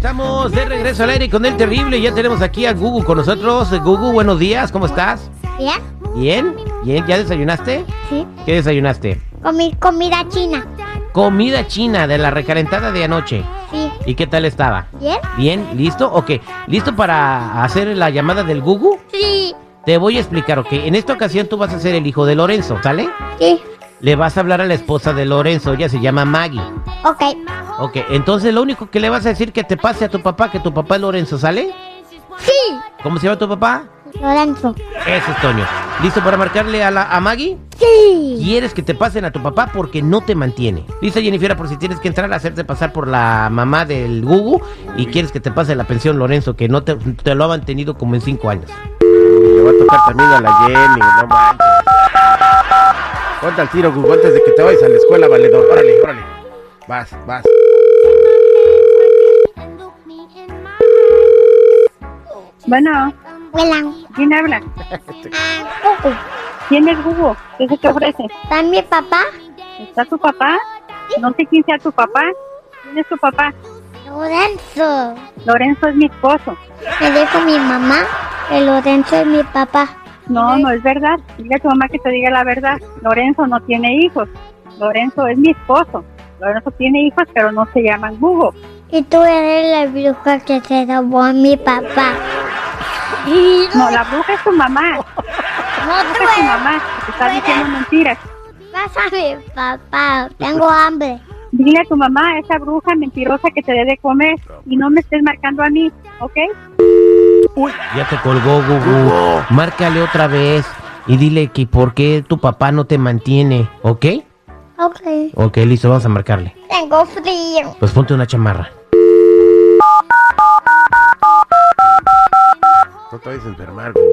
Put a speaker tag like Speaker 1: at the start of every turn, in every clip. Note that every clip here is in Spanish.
Speaker 1: Estamos de regreso al aire con el terrible. Ya tenemos aquí a Gugu con nosotros. Gugu, buenos días, ¿cómo estás?
Speaker 2: ¿Bien?
Speaker 1: ¿Bien? ¿Bien? ¿Ya desayunaste?
Speaker 2: Sí.
Speaker 1: ¿Qué desayunaste?
Speaker 2: Comí comida china.
Speaker 1: Comida china de la recalentada de anoche.
Speaker 2: Sí.
Speaker 1: ¿Y qué tal estaba?
Speaker 2: ¿Bien?
Speaker 1: ¿Bien? ¿Listo? Ok. ¿Listo para hacer la llamada del Gugu?
Speaker 2: Sí.
Speaker 1: Te voy a explicar, ok. En esta ocasión tú vas a ser el hijo de Lorenzo, ¿sale?
Speaker 2: Sí.
Speaker 1: Le vas a hablar a la esposa de Lorenzo, ella se llama Maggie.
Speaker 2: Ok.
Speaker 1: Ok, entonces lo único que le vas a decir que te pase a tu papá, que tu papá es Lorenzo, ¿sale?
Speaker 2: Sí.
Speaker 1: ¿Cómo se llama tu papá?
Speaker 2: Lorenzo.
Speaker 1: Ese es Toño. ¿Listo para marcarle a, la, a Maggie?
Speaker 2: Sí.
Speaker 1: Quieres que te pasen a tu papá porque no te mantiene. Dice Jennifer, por si tienes que entrar a hacerte pasar por la mamá del Gugu y quieres que te pase la pensión Lorenzo, que no te, te lo ha mantenido como en cinco años.
Speaker 3: Le va a tocar también a la Jenny, no manches. Ponte al tiro, Gugu, antes de que te vayas a la escuela, valedor. Órale, órale. Vas, vas.
Speaker 4: Bueno,
Speaker 2: Hola.
Speaker 4: ¿quién habla?
Speaker 2: Ah, Cucu.
Speaker 4: ¿Quién es Hugo? ¿Qué se te ofrece?
Speaker 2: ¿Está mi papá?
Speaker 4: ¿Está tu papá? No sé quién sea tu papá. ¿Quién es tu papá?
Speaker 2: Lorenzo.
Speaker 4: Lorenzo es mi esposo.
Speaker 2: Me dijo mi mamá que Lorenzo es mi papá.
Speaker 4: No, no es verdad. Dile a tu mamá que te diga la verdad. Lorenzo no tiene hijos. Lorenzo es mi esposo. Lorenzo tiene hijos, pero no se llaman Hugo.
Speaker 2: Y tú eres la bruja que se robó a mi papá. Y
Speaker 4: No, la bruja es tu mamá.
Speaker 2: no
Speaker 4: La
Speaker 2: tú
Speaker 4: bruja es tu
Speaker 2: eres-
Speaker 4: mamá. Te está diciendo mentiras.
Speaker 2: Vas a mi papá. Tengo hambre.
Speaker 4: Dile a tu mamá, a esa bruja mentirosa que te debe comer y no me estés marcando a mí, ¿ok?
Speaker 1: Ya te colgó Gugu. Márcale otra vez y dile que por qué tu papá no te mantiene, ¿ok?
Speaker 2: Ok.
Speaker 1: Ok, listo, vamos a marcarle.
Speaker 2: Tengo frío.
Speaker 1: Pues ponte una chamarra.
Speaker 3: No te vayas a enfermar, Gugu.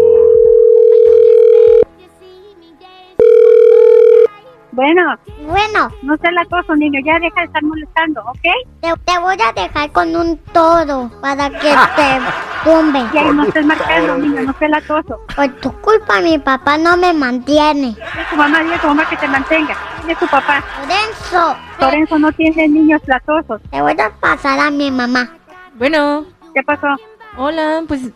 Speaker 4: Bueno,
Speaker 2: Bueno,
Speaker 4: no sea la cosa, niño. Ya deja de estar molestando, ¿ok?
Speaker 2: te, te voy a dejar con un toro para que te tumbe.
Speaker 4: Ya no estés marcando, niño, no seas latoso.
Speaker 2: Por tu culpa mi papá no me mantiene.
Speaker 4: Dile a tu mamá, dile a tu mamá que te mantenga. Dile a tu papá.
Speaker 2: Lorenzo,
Speaker 4: Lorenzo no tiene niños latosos.
Speaker 2: te voy a pasar a mi mamá.
Speaker 5: Bueno,
Speaker 4: ¿Qué pasó?
Speaker 5: hola, pues,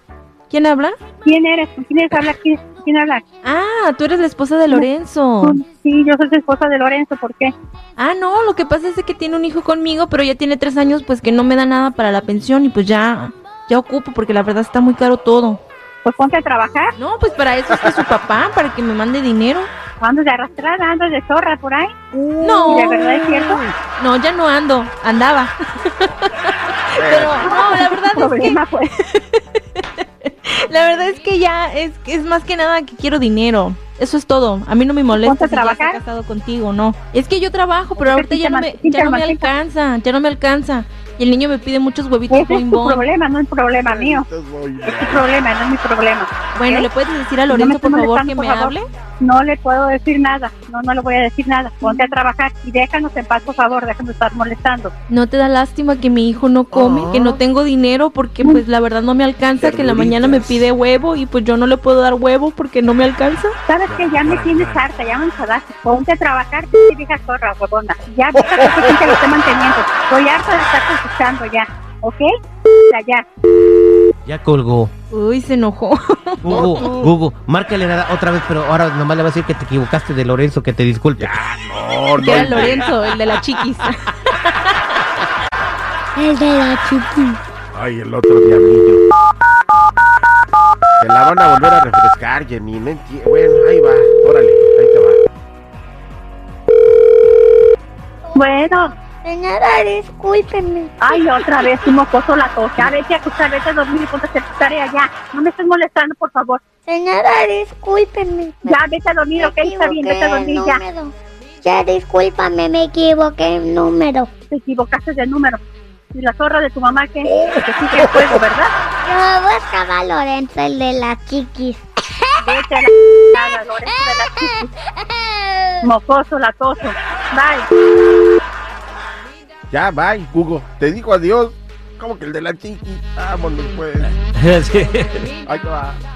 Speaker 5: ¿quién habla?
Speaker 4: ¿Quién eres? ¿Con quién habla? ¿Quién, quién habla?
Speaker 5: Ah, tú eres la esposa de Lorenzo.
Speaker 4: Tú- Sí, yo soy su esposa de Lorenzo, ¿por qué?
Speaker 5: Ah, no, lo que pasa es de que tiene un hijo conmigo, pero ya tiene tres años, pues que no me da nada para la pensión y pues ya, ya ocupo, porque la verdad está muy caro todo.
Speaker 4: Pues ponte a trabajar.
Speaker 5: No, pues para eso está su papá, para que me mande dinero.
Speaker 4: Andas de arrastrada, andas de zorra por ahí.
Speaker 5: No,
Speaker 4: ¿De verdad es cierto?
Speaker 5: no, ya no ando, andaba. Pero no, la verdad es que,
Speaker 4: Problema, pues.
Speaker 5: la verdad es que ya es, es más que nada que quiero dinero. Eso es todo. A mí no me molesta
Speaker 4: ¿Ponte a
Speaker 5: si ya estoy
Speaker 4: trabajar?
Speaker 5: casado contigo, no. Es que yo trabajo, pero
Speaker 4: Entonces,
Speaker 5: ahorita
Speaker 4: sí
Speaker 5: ya
Speaker 4: te
Speaker 5: no
Speaker 4: man-
Speaker 5: me,
Speaker 4: sí
Speaker 5: ya
Speaker 4: te
Speaker 5: no me
Speaker 4: mantienes.
Speaker 5: alcanza, ya no me alcanza. Y el niño me pide muchos huevitos
Speaker 4: Ese es
Speaker 5: boing
Speaker 4: tu
Speaker 5: boing.
Speaker 4: problema, no es problema mío. Es tu problema, no es mi problema.
Speaker 5: Bueno,
Speaker 4: ¿Eh?
Speaker 5: ¿le puedes decir a
Speaker 4: No me
Speaker 5: Lorenzo,
Speaker 4: estés
Speaker 5: por favor,
Speaker 4: molestando,
Speaker 5: que
Speaker 4: por
Speaker 5: me
Speaker 4: favor.
Speaker 5: hable?
Speaker 4: No le puedo decir nada. No, no le voy a decir nada. Ponte a trabajar y déjanos en paz, por favor. Déjanos estar molestando.
Speaker 5: ¿No te da lástima que mi hijo no come, que
Speaker 4: Oh.
Speaker 5: no tengo dinero porque pues la verdad no me alcanza, que en la mañana me pide huevo y pues yo no le puedo dar huevo porque no me alcanza?
Speaker 4: ¿Sabes que Ya me tienes harta, ya me enfadaste. Ponte a trabajar, te vieja zorra, huevona. Ya, por favor, que lo esté manteniendo. Estoy harta de estar conquistando ya, ¿ok? Ya, ya.
Speaker 1: Ya colgó.
Speaker 5: Uy, se enojó.
Speaker 1: Gugu, Gugu, márcale nada otra vez, pero ahora nomás le vas a decir que te equivocaste de Lorenzo, que te disculpe.
Speaker 3: No,
Speaker 5: Que
Speaker 3: no.
Speaker 5: era Lorenzo, el de la chiquis.
Speaker 2: El de la chiqui.
Speaker 3: Ay, el otro diablillo. Te la van a volver a refrescar, Jenny. No enti- Bueno, ahí va. Órale, ahí te va.
Speaker 4: Bueno,
Speaker 2: Señora, discúlpeme.
Speaker 4: ay, otra vez, tu mocoso la toca. Vete a acostar, vete a dormir y ponte a hacer tu tarea ya. No me estés molestando, por favor.
Speaker 2: Señora, discúlpeme.
Speaker 4: Ya, vete a dormir,
Speaker 2: Me
Speaker 4: ¿ok? Está bien, vete a
Speaker 2: equivoqué de
Speaker 4: dormir ya.
Speaker 2: número. Ya, discúlpame, me equivoqué el número.
Speaker 4: Te equivocaste de número. Y la zorra de tu mamá, ¿qué? Que sí que juego, ¿verdad?
Speaker 2: Yo buscaba a Lorenzo, el de las chiquis.
Speaker 4: Vete a la chingada, Lorenzo de la chiquis. Mocoso, latoso. Bye.
Speaker 3: Ya, bye, Hugo. Te digo adiós. Como que el de la chiqui. Vámonos, pues.
Speaker 1: Sí.
Speaker 3: Ahí te va.